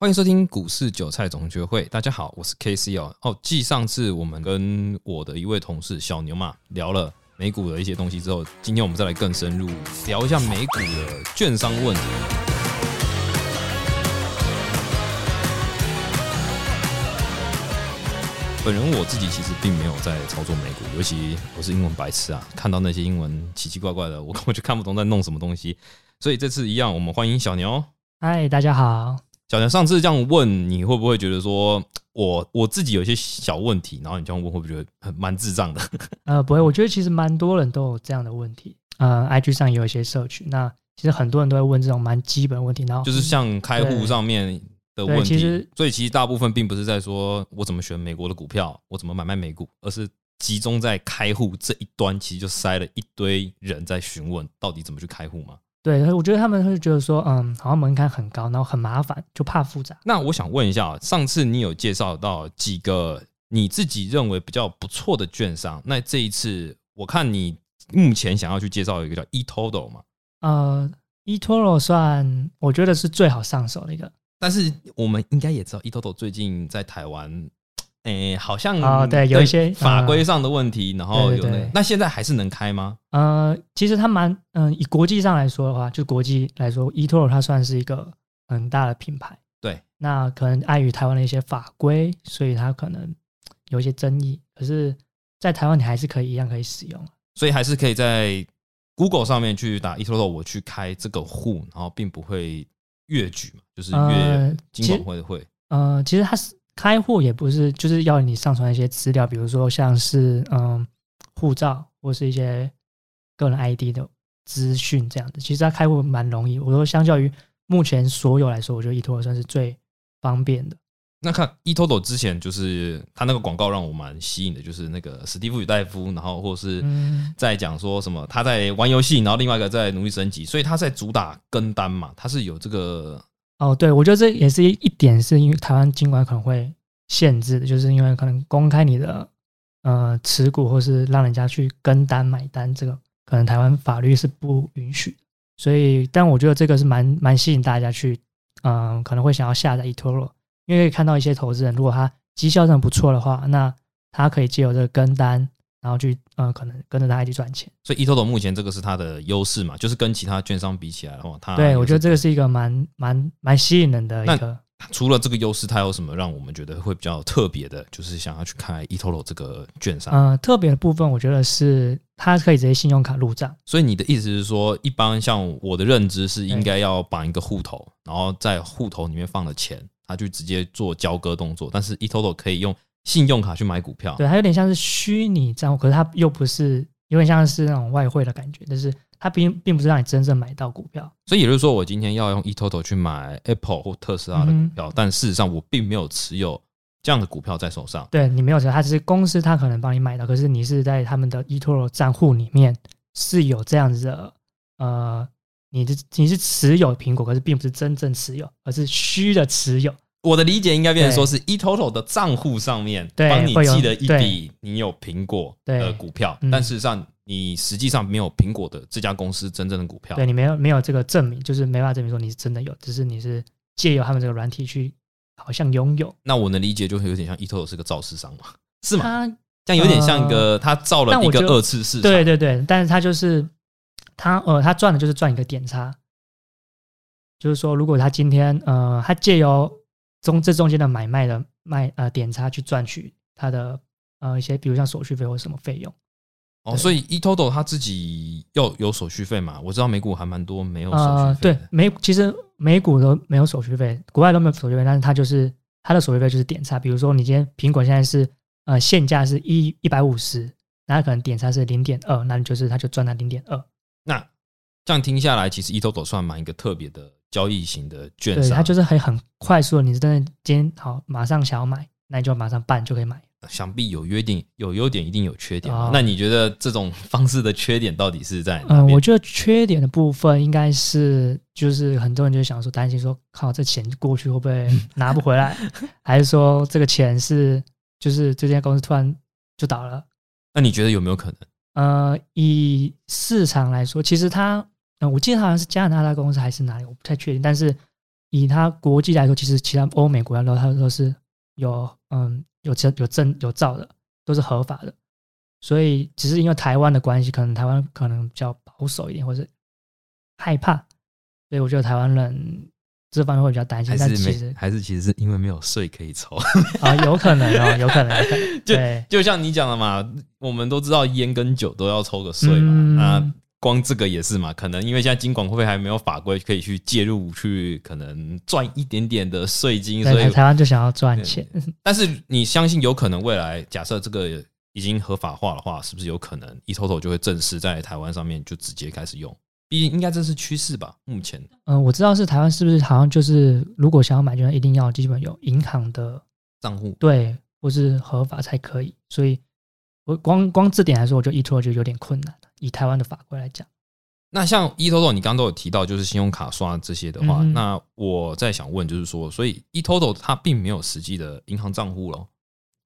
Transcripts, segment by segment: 欢迎收听股市韭菜总学会。大家好，我是 K C 哦。哦，继上次我们跟我的一位同事小牛嘛聊了美股的一些东西之后，今天我们再来更深入聊一下美股的券商问题。本人我自己其实并没有在操作美股，尤其我是英文白痴啊，看到那些英文奇奇怪怪的，我根本就看不懂在弄什么东西。所以这次一样，我们欢迎小牛。嗨，大家好。小强，上次这样问，你会不会觉得说我我自己有些小问题，然后你这样问，会不会觉得很蛮智障的？呃，嗯不会，我觉得其实蛮多人都有这样的问题。呃，IG 上也有一些社群，那其实很多人都会问这种蛮基本的问题，然后就是像开户上面的问对其题实。所以其实大部分并不是在说我怎么选美国的股票，我怎么买卖美股，而是集中在开户这一端，其实就塞了一堆人在询问到底怎么去开户嘛。对，我觉得他们会觉得说，嗯，好像门槛很高，然后很麻烦，就怕复杂。那我想问一下，上次你有介绍到几个你自己认为比较不错的券商，那这一次我看你目前想要去介绍一个叫 eToro 嘛？呃，eToro 算我觉得是最好上手的一个但是我们应该也知道，eToro 最近在台湾，诶、好像哦对有一些啊法规上的问题，然后对有对那对那现在还是能开吗？呃，其实它蛮，嗯、以国际上来说的话，就国际来说，eToro 它算是一个很大的品牌。对，那可能碍于台湾的一些法规，所以它可能有一些争议。可是，在台湾你还是可以一样可以使用。所以还是可以在 Google 上面去打 eToro，我去开这个户，然后并不会越举嘛，就是越呃金管会的会。呃，其实它是开户也不是，就是要你上传一些资料，比如说像是嗯护照或是一些个人 ID 的资讯这样子。其实它开户蛮容易，我说相较于目前所有来说，我觉得 eToro 算是最方便的。那看 eToro 之前就是他那个广告让我蛮吸引的，就是那个史蒂夫与戴夫，然后或是嗯。在讲说什么他在玩游戏，然后另外一个在努力升级，所以他在主打跟单嘛，他是有这个哦，对，我觉得这也是一一点，是因为台湾监管可能会限制的，就是因为可能公开你的呃持股，或是让人家去跟单买单，这个可能台湾法律是不允许的。所以，但我觉得这个是蛮蛮吸引大家去，嗯、可能会想要下载 eToro，因为可以看到一些投资人，如果他绩效真的不错的话，那他可以借由这个跟单，然后去呃，可能跟着他一起赚钱。所以 eToro 目前这个是它的优势嘛，就是跟其他券商比起来的话，它对，我觉得得这啊个是一个蛮蛮蛮吸引人的那一个。除了这个优势，它有什么让我们觉得会比较特别的？就是想要去开 eToro 这个券商。呃，特别的部分，我觉得是它可以直接信用卡入账。所以你的意思是说，一般像我的认知是应该要绑一个户头，然后在户头里面放了钱，它就直接做交割动作。但是 eToro 可以用信用卡去买股票，对，它有点像是虚拟账户，可是它又不是，有点像是那种外汇的感觉，就是它并并不是让你真正买到股票。所以也就是说，我今天要用 eToro 去买 Apple 或特斯拉的嗯哼股票，但事实上我并没有持有这样的股票在手上。对你没有钱，它只是公司它可能帮你买到，可是你是在他们的 eToro 账户里面是有这样子的，呃，你的你是持有苹果，可是并不是真正持有，而是虚的持有。我的理解应该变成说是 eToro 的账户上面对帮你会有记了一笔对你有苹果的对股票，嗯但事实上你实际上没有苹果的这家公司真正的股票对。你没有没有这个证明，就是没办法证明说你是真的有，只是你是借由他们这个软体去好像拥有。那我能理解就会有点像 eToro 是个造市商嘛， 是吗？它这样有点像一个他造了啊但一我个觉得二次市场，对对对，但是它就是它呃，它赚的就是赚一个点差，就是说，如果它今天呃，它借由中这中间的买卖的卖呃点差去赚取它的呃一些，比如像手续费或什么费用。哦，对所以 eToro 他自己要有手续费嘛？我知道美股还蛮多没有手呃续，费对的，，美其实美股都没有手续费，国外都没有手续费，但是它就是它的手续费就是点差。比如说，你今天苹果现在是呃现价是一一百五十，那它可能点差是零点二，那你就是它就赚了零点二。那这样听下来，其实 eToro 算蛮一个特别的交易型的券对，商，啊它就是很很快速的，你真的今天好马上想要买，那你就马上办就可以买。想必有约定有优点，一定有缺点嘛。哦那你觉得这种方式的缺点到底是在哪嗯、边？我觉得缺点的部分应该是，就是很多人就想说担心说，靠，这钱过去会不会拿不回来，还是说这个钱是就是这家公司突然就倒了？那你觉得有没有可能？呃，以呃市场来说，其实它，嗯、我记得它好像是加拿大公司还是哪里，我不太确定，但是以它国际来说，其实其他欧美国家都它都是有嗯有证有证有照的，都是合法的。所以只是因为台湾的关系，可能台湾可能比较保守一点，或是害怕，所以我觉得台湾人这方面会比较担心。还但是其没实还是其实是因为没有税可以抽， 啊，有可能哦，有可能，有可能就对，就像你讲的嘛，我们都知道烟跟酒都要抽个税嘛，嗯那光这个也是嘛，可能因为现在金管会还没有法规可以去介入，去可能赚一点点的税金，所对，以台湾就想要赚钱。但是你相信有可能未来，假设这个已经合法化的话，是不是有可能 eToto 就会正式在台湾上面就直接开始用？毕竟应该这是趋势吧，目前嗯、我知道是台湾是不是好像就是如果想要买，就一定要基本有银行的账户对或是合法才可以，所以我光光这点来说，我就 e t o 就有点困难。以台湾的法规来讲，那像 E eToto，你刚刚都有提到，就是信用卡刷这些的话，嗯哼那我在想问，就是说，所以 eToto 它并没有实际的银行账户咯，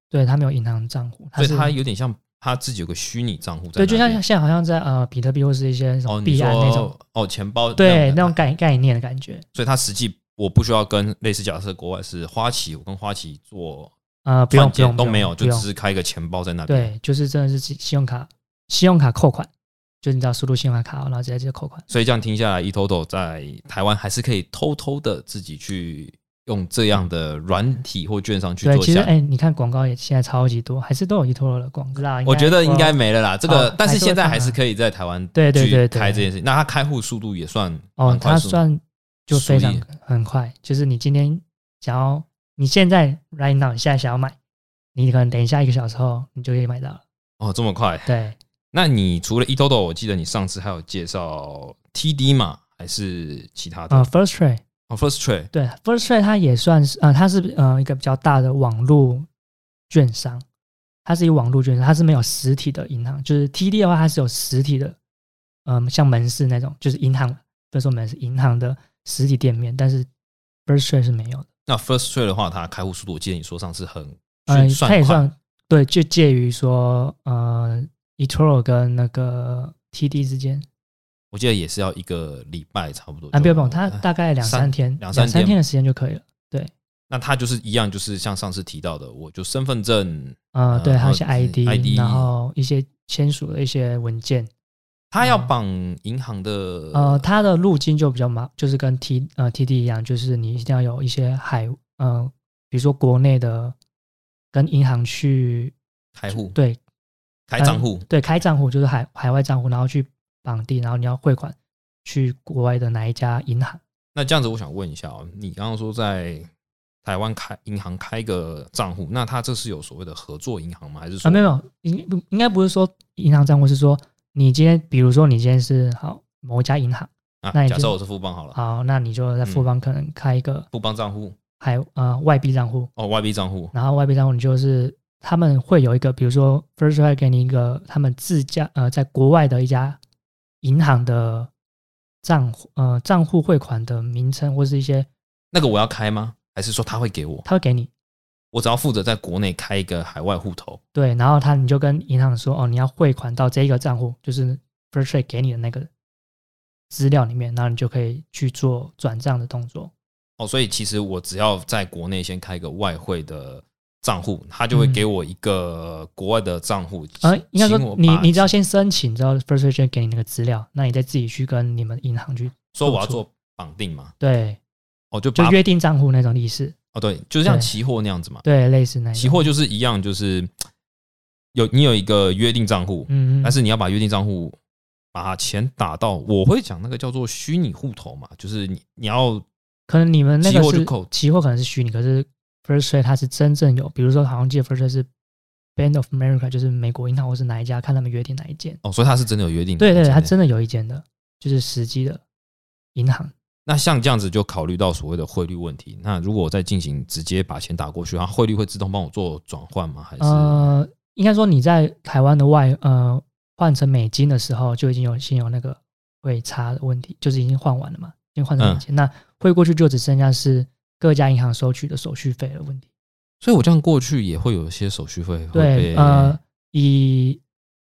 对他没有银行账户，它所以是它有点像它自己有个虚拟账户在那对，边。就像现在好像在呃比特币或是一些什哦，么你币安那种，说哦，钱包对样那的种概概念的感觉。所以它实际我不需要跟类似假设国外是花旗，我跟花旗做呃，不用换不件用都不用没有，不就只用是开一个钱包在那边。对，就是真的是信信用卡，信用卡扣款，就是你知道输入信用卡卡号，然后直接直接扣款。所以这样听下来，eToto 在台湾还是可以偷偷的自己去用这样的软体或券商去对，做一其实下。哎、你看广告也现在超级多，还是都有 e t o 的广告啦。我觉得应该哦没了啦，这个哦但是现在还还是是会可以在台湾对对去对对开这件事。那它开户速度也算哦蛮，快它速的，算就非常速率很快，就是你今天想要，你现在 right now 你现在想要买，你可能等一下一个小时后你就可以买到了。哦这么快。对，那你除了 eToto，我记得你上次还有介绍 TD 嘛，还是其他的？呃，First Trade，哦，First Trade 对，First Trade 它也算是呃，它是呃一个比较大的网络券商，它是一个网络券商，它是没有实体的银行，就是 TD 的话，它是有实体的，嗯、像门市那种，就是银行，不是说门市，银行的实体店面，但是 First Trade 是没有的。那 First Trade 的话，它开户速度我记得你说上次很呃，算它也快算对，就介于说呃 eToro 跟那个 TD 之间我记得也是要一个礼拜差不多。啊，不就用不用，它大概两呃三三天，两两三三天天的时间就可以了。那它就是一样，就是像上次提到的，我就身份证，呃，对，然还后有一些就是 ID，, ID 然后一些签署的一些文件。它要绑银行的，哦呃，它的路径就比较麻，就是跟 T 呃 TD 一样，就是你一定要有一些海呃，比如说国内的跟银行去开户对开账户，对开账户，就是海海外账户，然后去绑定，然后你要汇款去国外的哪一家银行。啊那这样子，我想问一下哦，你刚刚说在台湾开银行开个账户，那它这是有所谓的合作银行吗？还是说啊，没有，没有，应不应该不是说银行账户，是说你今天，比如说你今天是好某一家银行，啊那已假经设我是富邦好了，好，那你就在富嗯邦可能开一个富邦账户海呃外币账户，哦，外币账户，然后外币账户你就是他们会有一个，比如说 First Trade 给你一个他们自家呃在国外的一家银行的账户呃账户汇款的名称或是一些，那个我要开吗？还是说他会给我？他会给你我只要负责在国内开一个海外户头，对，然后他你就跟银行说哦你要汇款到这个账户，就是 First Trade 给你的那个。资料里面，然后你就可以去做转账的动作。哦，所以其实我只要在国内先开一个外汇的账户，他就会嗯给我一个国外的账户。呃，应该说请我你把你只要先申请，之后 First Trade 就给你那个资料，那你再自己去跟你们银行去说我要做做绑定嘛，对，哦，就就把约定账户那种意思，哦对，就是像对期货那样子嘛，对，类似那一种期货，就是一样，就是有你有一个约定账户，嗯，嗯但是你要把约定账户把钱打到，我会讲那个叫做虚拟户头嘛，就是你你要可能你们那个期货就是扣期货可能是虚拟，可是 First Trade 它是真正有，比如说好像记得 First Trade 是 Bank of America，就是美国银行或是哪一家，看他们约定哪一间。哦，所以它是真的有约定，对对对，它真。真的有一间的，就是实际的银行。那像这样子就考虑到所谓的汇率问题。那如果我再进行直接把钱打过去，它汇率会自动帮我做转换吗？还是、呃，应该说你在台湾的外呃换成美金的时候，就已经有先有那个汇差的问题，就是已经换完了嘛，已经换嗯成美金，那汇过去就只剩下是各家银行收取的手续费的问题。所以我这样过去也会有一些手续费会对，被呃，以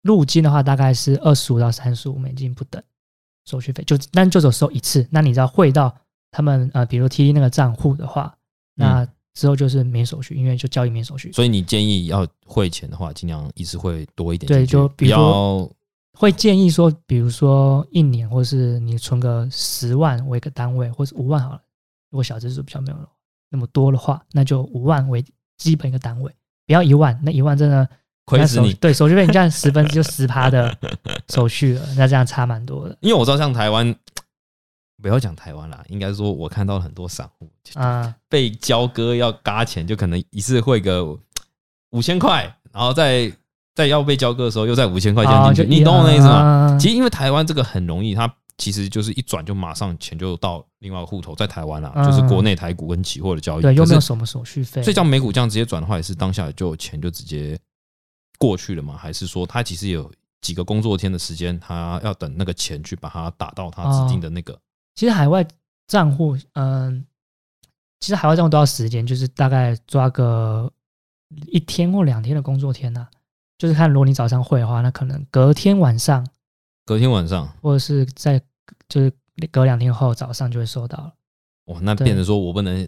入金的话，大概是二十五到三十五美金不等手续费，就但就只有收一次。那你只要汇到他们呃，比如 TD 那个账户的话，嗯那之后就是免手续，因为就交易免手续。所以你建议要汇钱的话，尽量一次汇多一点对进去，就不比如要会建议说，比如说一年，或是你存个十万为一个单位，或是五万好了。如果小资主比较没有那么多的话，那就五万为基本一个单位，不要一万，那一万真的亏那死手你。对手续费，你这样十分之就十趴的手续 了，那这样差蛮多的。因为我知道像台湾，不要讲台湾啦，应该说我看到很多散户啊、被交割要嘎钱，就可能一次汇个五千块，然后再再要被交割的时候又再五千块哦钱就进去，你懂我那意思吗？啊其实因为台湾这个很容易，它其实就是一转就马上钱就到另外一个户头，在台湾啦，啊嗯就是国内台股跟期货的交易。对，又哦可没是有什么手续费，所以像美股这样直接转的话，也是当下就钱就直接过去了吗？还是说它其实有几个工作天的时间，它要等那个钱去把它打到它哦指定的那个？其实海外账户，嗯，其实海外账户都要时间，就是大概抓个一天或两天的工作天呐、就是看如果你早上会的话，那可能隔天晚上隔天晚上，或者是在就是隔两天后早上就会收到了。哇，那对变成说我不能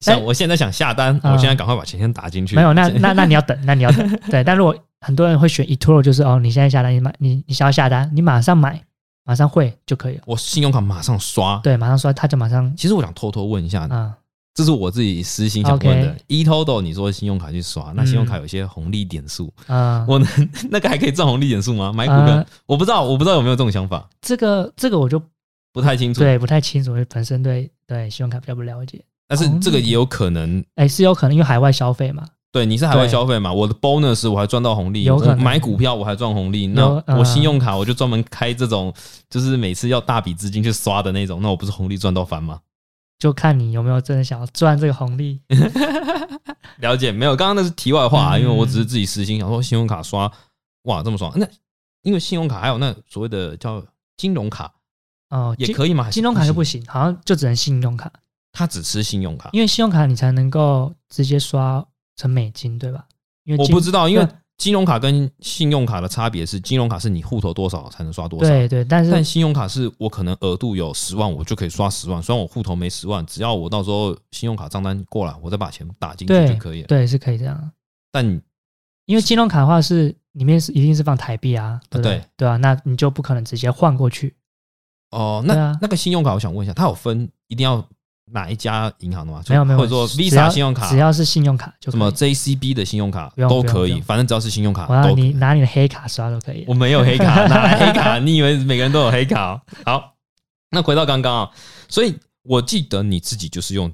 像我现在想下单，嗯我现在赶快把钱先打进去。没有，那那那你要等，那你要 等。对，但如果很多人会选 eToro，就是哦，你现在下单，你买你你想要下单，你马上买，马上汇就可以了。我信用卡马上刷。对，马上刷，他就马上其实我想偷偷问一下，啊、这是我自己私心想问的 OK。 eTodo，你说信用卡去刷，那信用嗯卡有些红利点数，啊、我能 那个还可以赚红利点数吗？买股票、呃我不知道，我不知道有没有这种想法，这个这个我就不太清楚。对不太清楚，因为本身对对信用卡比较不了解。但是这个也有可能，哎，是有可能因为海外消费嘛，对，你是海外消费嘛？我的 bonus 我还赚到红利，有可能我买股票我还赚红利，那有呃我信用卡我就专门开这种，就是每次要大笔资金去刷的那种，那我不是红利赚到翻吗？就看你有没有真的想要赚这个红利。了解，没有，刚刚那是题外话、啊，嗯因为我只是自己私心想说，信用卡刷哇这么爽，那因为信用卡还有那所谓的叫金融卡哦，也金可以吗？还是金融卡就不行，啊行，好像就只能信用卡，它只吃信用卡，因为信用卡你才能够直接刷成美金，对吧？因为我金不知道，因为对金融卡跟信用卡的差别是，金融卡是你户头多少才能刷多少，对对，但但是信用卡是我可能额度有十万，我就可以刷十万，虽然我户头没十万，只要我到时候信用卡账单过来，我再把钱打进去对就可以了。对是可以这样，但因为金融卡的话是里面是一定是放台币啊，对不对对？对啊，那你就不可能直接换过去。哦、那、对啊那个信用卡，我想问一下，它有分一定要哪一家银行的吗？没有没有，或者说只只要 Visa 信用卡，只要是信用卡就什可以么 JCB 的信用卡不用都不用可不以，用反正只要是信用卡我要都可你以。拿你的黑卡刷都可以我。没有黑 卡，哪来黑卡？你以为每个人都有黑卡哦、好，那回到刚刚啊，所以我记得你自己就是用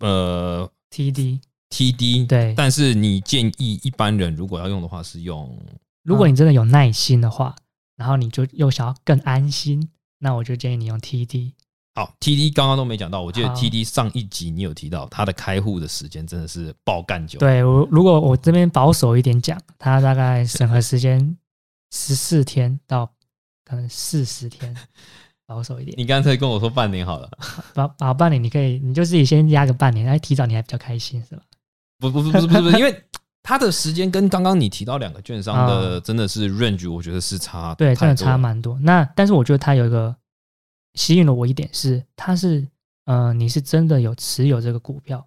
呃 TD TD，对，但是你建议一般人如果要用的话是用嗯如果你真的有耐心的话，然后你就又想要更安心，那我就建议你用 TD。好 TD，刚刚都没讲到，我记得好 TD 上一集你有提到它的开户的时间真的是爆干久，对我，如果我这边保守一点讲，它大概审核时间十四天到可能四十 天，保守一点。你刚才跟我说半年好了， 保保半年，你可以，你就自己先压个半年，哎，提早你还比较开心是吧？不不不不是不是不是，因为它的时间跟刚刚你提到两个券商的真的是 range，我觉得是差啊对，真的太多了差蛮多。那但是我觉得它有一个吸引了我一点是，它是呃，你是真的有持有这个股票，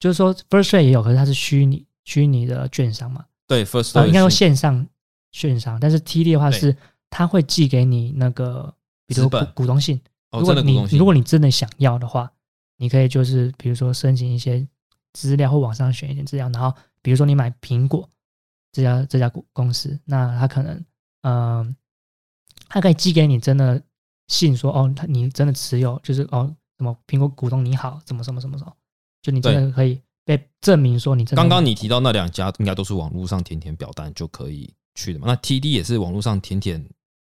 就是说 First Trade 也有，可是它是虚拟虚拟的券商嘛。对 first 呃，应该 Story 说是线上券商，但是 TD 的话对是它会寄给你那个，比如资股本股东信。哦，如真果的股你东信如果你真的想要的话，你可以就是比如说申请一些资料或网上选一点资料，然后比如说你买苹果这家这家股公司，那它可能嗯、呃，它可以寄给你真的信说哦，它你真的持有就是哦什么苹果股东你好，怎么什么什么什么，就你真的可以被证明说你真的刚刚你提到那两家应该都是网络上填填表单就可以去的嘛？那 TD 也是网络上填填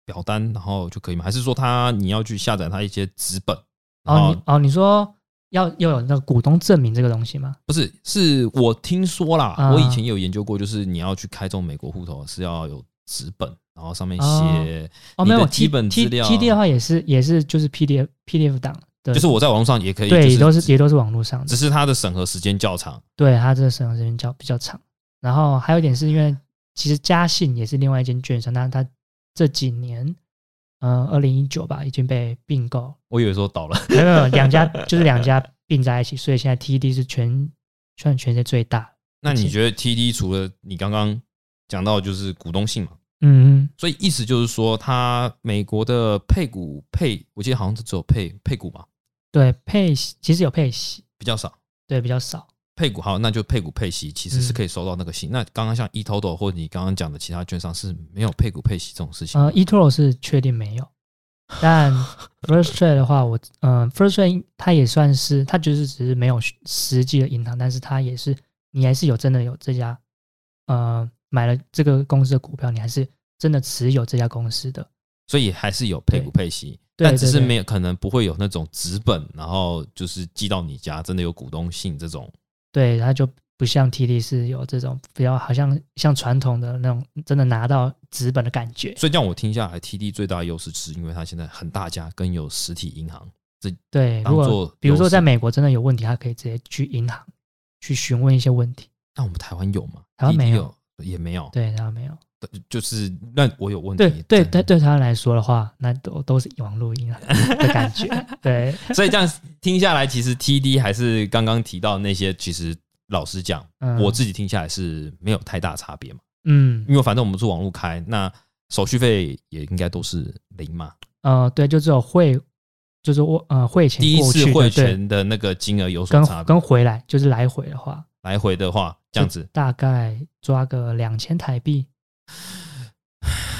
表单然后就可以吗？还是说它你要去下载它一些纸本？然哦后你哦你说要要有那个股东证明这个东西吗？不是，是我听说啦，啊我以前也有研究过，就是你要去开这种美国户头是要有纸本，然后上面写，哦，你没的有基本资料啊 T T D 的话也是也是就是 PDF PDF 档的，就是我在网络上也可以，对，就也是都是也都是网络上的只，是它的审核时间较长。对它这个使用时间较比较长。然后还有一点是因为其实嘉信也是另外一间券商，那它这几年呃，二零一九吧已经被并购，我以为说倒了， 没有没有两家就是两家并在一起，所以现在 TED 是全算全世界最大。那你觉得 TD 除了你刚刚讲到的就是股东性嘛？嗯，嗯，所以意思就是说，它美国的配股配，我记得好像只有配配股吧，对，配息其实有配息，比较少。对，比较少。配股好，那就配股配息，其嗯实是可以收到那个息。那刚刚像 E eToro 或者你刚刚讲的其他券商是没有配股配息这种事情。呃，eToro 是确定没有， 但 First Trade 的话，我呃 First Trade 它也算是，它就是只是没有实际的银行，但是它也是你还是有真的有这家呃买了这个公司的股票，你还是真的持有这家公司的。所以还是有配股配息，对但只是对对没有可能不会有那种纸本，然后就是寄到你家，真的有股东信这种。对，它就不像 TD 是有这种比较好像像传统的那种真的拿到纸本的感觉。所以这样我听下来，TD 最大的优势是因为它现在很大家跟有实体银行，对，当如果做比如说在优势，美国真的有问题，它可以直接去银行去询问一些问题。但我们台湾有吗？台湾 TD 没有有，也没有。对，然后没有。就是那我有问题对，对真的对，对他来说的话，那都都是网络银行的 感觉。对，所以这样听下来，其实 TD 还是刚刚提到那些，其实老实讲，嗯我自己听下来是没有太大差别嘛，嗯因为反正我们是网路开，那手续费也应该都是零嘛。呃，对，就只有汇，就是我呃汇钱第一过去次的汇对钱的那个金额有所差别，跟跟回来，就是来回的话，来回的话这样子就，大概抓个两千台币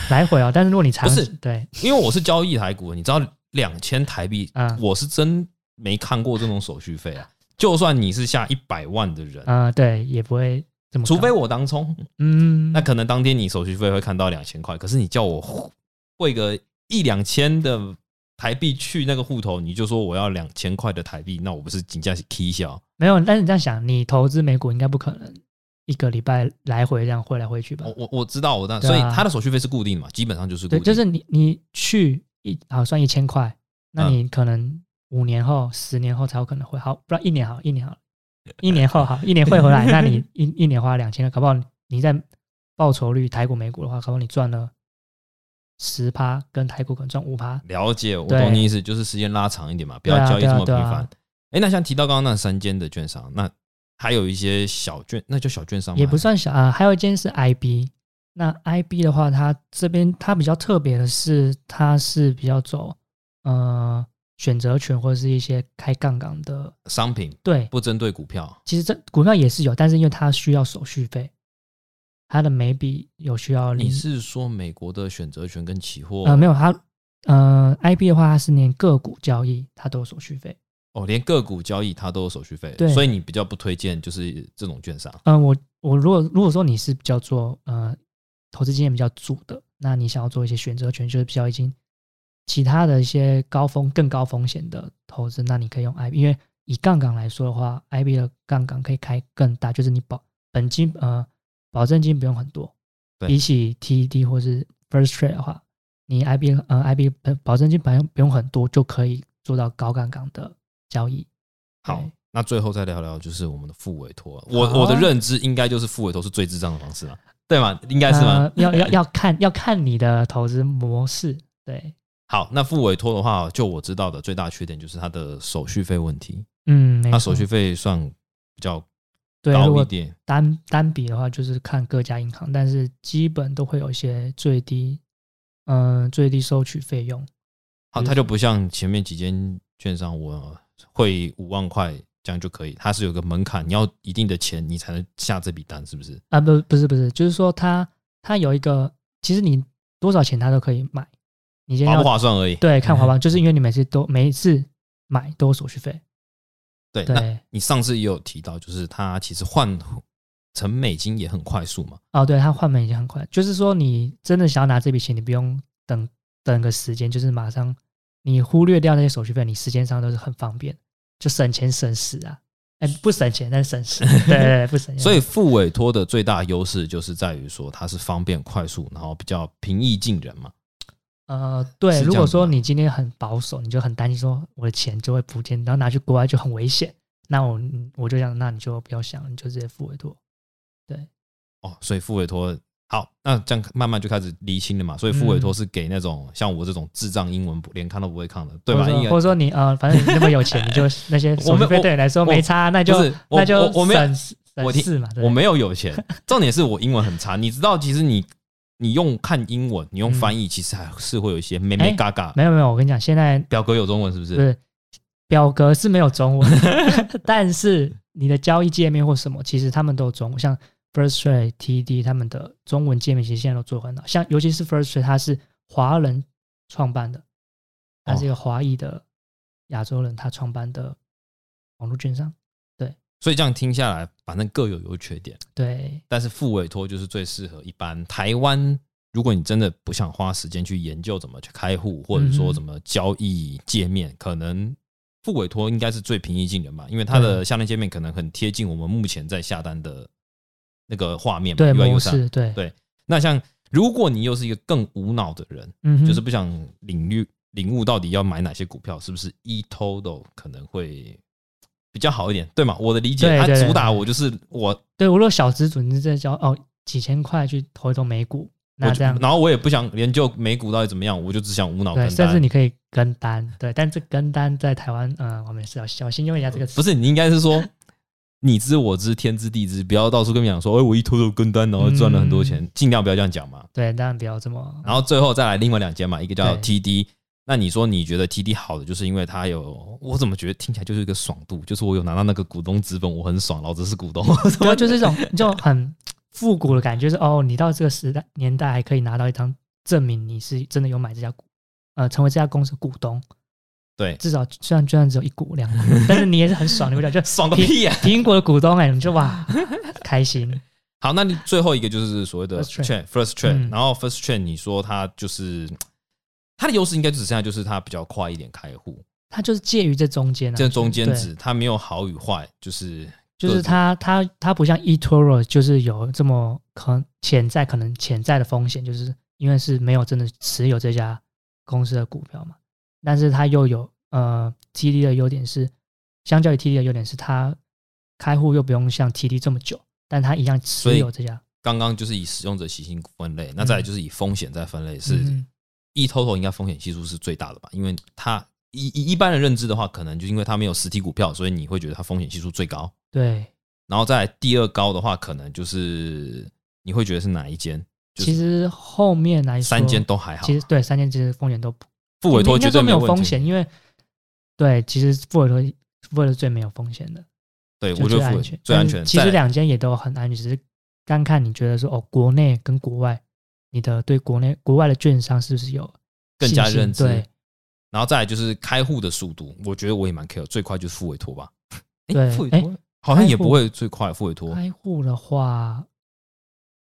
来回哦。但是如果你长不是对，因为我是交易台股，你知道两千台币，嗯我是真没看过这种手续费啊。就算你是下一百万的人，呃，对，也不会这么高，除非我当冲，嗯，那可能当天你手续费会看到两千块，可是你叫我汇个一两千的台币去那个户头，你就说我要两千块的台币，那我不是紧价 K 哦笑？没有。但是你这样想，你投资美股应该不可能一个礼拜来回这样汇来汇去吧我？我我知道，我知道，对所啊以它的手续费是固定的嘛，基本上就是固对，定，就是你你去一好算一千块，那嗯你可能五年后、十年后才有可能会好，不然一年好，一年好， 一年后好，一年会回来，那你一一年花两千，搞不好你在报酬率台股美股的话，搞不好你赚了十趴，跟台股可能赚五趴。了解，我对懂你意思，就是时间拉长一点嘛，不要对啊交易对这啊么频对啊繁。哎、那像提到刚刚那三间的券商，那还有一些小券，那就小券商吗也不算小啊、还有一间是 IB。那 IB 的话，它这边它比较特别的是，它是比较走呃选择权或者是一些开杠杆的，商品，对，不针对股票。其实这股票也是有，但是因为它需要手续费，它的每笔有需要零你是说美国的选择权跟期货？呃没有它呃 IB 的话，它是连个股交易它都有手续费。哦，连个股交易它都有手续费，对所以你比较不推荐就是这种券商。嗯、我我如果如果说你是比较做呃投资经验比较足的，那你想要做一些选择权，就是比较已经其他的一些高风更高风险的投资，那你可以用 IB，因为以杠杆来说的话，IB 的杠杆可以开更大，就是你保本金呃保证金不用很多，对比起 TED 或是 First Trade 的话，你 IB 呃 IB 本保证金不用不用很多就可以做到高杠杆的交易。好对，那最后再聊聊就是我们的副委托。我好啊我的认知应该就是副委托是最智障的方式嘛，对吗？应该是吗？呃要要要看要看你的投资模式，对，好，那副委托的话，就我知道的最大缺点就是它的手续费问题，嗯，没它错手续费算比较对，如高一果点。单单笔的话，就是看各家银行，但是基本都会有一些最低，嗯、最低收取费用，好，嗯它就不像前面几间券商，我汇五万块这样就可以，它是有个门槛，你要一定的钱你才能下这笔单，是不是？啊，不，不是不是，就是说它它有一个，其实你多少钱它都可以买，你先划要不划嗯算而已。对看华邦，就是因为你每次都每一次买都有手续费，对，那对，你上次也有提到，就是它其实换成美金也很快速嘛。哦，对，它换本已经很快，就是说你真的想要拿这笔钱，你不用等等个时间，就是马上你忽略掉那些手续费，你时间上都是很方便，就省钱省时啊。哎，不省钱，但是 省时，对对对，不省钱。所以付委托的最大优势就是在于说它是方便快速，然后比较平易近人嘛。呃，是对，这如样果子说吗你今天很保守，你就很担心说我的钱就会不见，然后拿去国外就很危险。那我我就想，那你就不要想，你就直接付委托。哦，所以付委托好，那这样慢慢就开始厘清了嘛。所以付委嗯托是给那种像我这种智障英文不连看都不会看的，对吧？或者应说该或者说你呃，反正你那么有钱，你就那些手续费对你来说没差，那就不是我那就我我没有省省我听事嘛。对我没有有 钱，重点是我英文很差。你知道，其实你你用看英文，你用翻译，其实还是会有一些咩咩嘎嘎。哎没有没有，我跟你讲，现在表格有中文是不不是？是表格是没有中 文， 但是你的交易界面或什么，其实他们都有中文，像 First Trade、TD 他们的中文界面其实现在都做很好，像尤其是 First Trade，它是华人创办的，哦它是一个华裔的亚洲人他创办的网络券商，所以这样听下来，反正各有优缺点。对，但是付委托就是最适合一般台湾。如果你真的不想花时间去研究怎么去开户，或者说怎么交易界面，可能付委托应该是最平易近人吧，因为它的下单界面可能很贴近我们目前在下单的那个画面嘛对 UI 模 U 上。式，对，对那像如果你又是一个更无脑的人，嗯哼，就是不想领域领悟到底要买哪些股票，是不是 e t o d o 可能会比较好一点，对吗？我的理解，对它对对主打我就是我，对我如果小资主，你这交哦几千块去投一投美股，我那就这样然后我也不想研究美股到底怎么样，我就只想无脑跟单。对，甚至你可以跟单，对，但这跟单在台湾，嗯，我们也是要小心用一下这个嗯词，不是你应该是 说你知我知天知地知，不要到处跟你讲说，哎、我一 t o 跟单，然后赚了很多嗯钱，尽、量不要这样讲嘛。对，当然不要这么，然后最后再来另外两间嘛，一个叫对 TD。那你说你觉得 TD 好的，就是因为它有，我怎么觉得听起来就是一个爽度，就是我有拿到那个股东资本，我很爽，老子是股东。对啊，就是这种就很复古的感觉，就是哦，你到这个时代年代还可以拿到一张证明你是真的有买这家股，呃，成为这家公司的股东，对，至少虽然虽然只有一股两股， 但是你也是很爽，你会觉得就 爽个屁啊呀、苹果的股东哎、你就哇开心，好，那你最后一个就是所谓的 First chain first chain，、嗯然后 first chain 你说它就是它的优势应该只剩下就是它比较快一点开户，它就是介于这中间啊，这中间对值它没有好与坏，就是就是它它它不像 eToro，就是有这么可能潜在可能潜在的风险，就是因为是没有真的持有这家公司的股票嘛。但是它又有呃 TD 的优点是，相较于 TD 的优点是它开户又不用像 TD 这么久，但它一样所持以有这家。刚刚就是以使用者习性分类，那再来就是以风险再分类，是嗯 e total 应该风险系数是最大的吧？因为它一一一般的认知的话，可能就因为它没有实体股票，所以你会觉得它风险系数最高。对，然后再来第二高的话，可能就是你会觉得是哪一间？就是其实后面来说三间都还好其，实对三间其实风险都不付委托应该绝说对没有问题风。险，因为对其实付委托付委托是最没有风险的。对，就我觉最得付安委全，最安嗯全。其再实来两间也都很安全，只是单看你觉得说哦，国内跟国外，你的对国内国外的券商是不是有更加信心认知对然后再来就是开户的速度，我觉得我也蛮 care，最快就是付委托吧。诶对付委托诶好像也不会最快，付委托开户的话，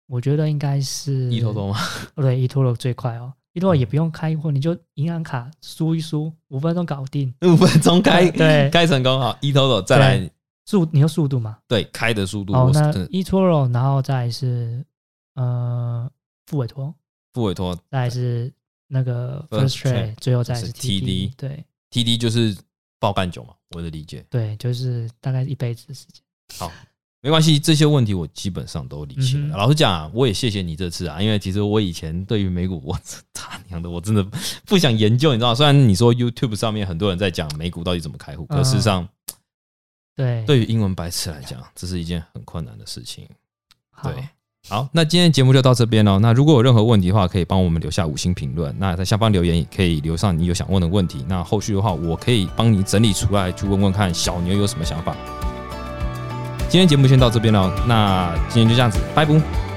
我觉得应该是一头多，E 吗？ 哦对，一托罗最快哦。一托罗也嗯不用开户，你就银行卡输一输，五分钟搞定。五分钟开对开成功好，一头头再来速，你有速度嘛？对开的速度，哦我，是那真的一托罗，然后再来是呃付委托，付委托再来是那个 First First Trade， Trade，最后再来就是是 TD TD，对。 TD 就是爆干酒嘛，我的理解。对，就是大概一辈子的时间。没关系，这些问题我基本上都理清嗯了。哼老实讲啊、我也谢谢你这次啊，因为其实我以前对于美股，我他娘的，我真的不想研究，你知道吗？虽然你说 YouTube 上面很多人在讲美股到底怎么开户，可事嗯实上，对，对于英文白痴来讲，这是一件很困难的事情。好对好，那今天的节目就到这边喽。那如果有任何问题的话，可以帮我们留下五星评论。那在下方留言也可以留上你有想问的问题。那后续的话，我可以帮你整理出来，去问问看小牛有什么想法。今天节目先到这边喽，那今天就这样子，拜拜。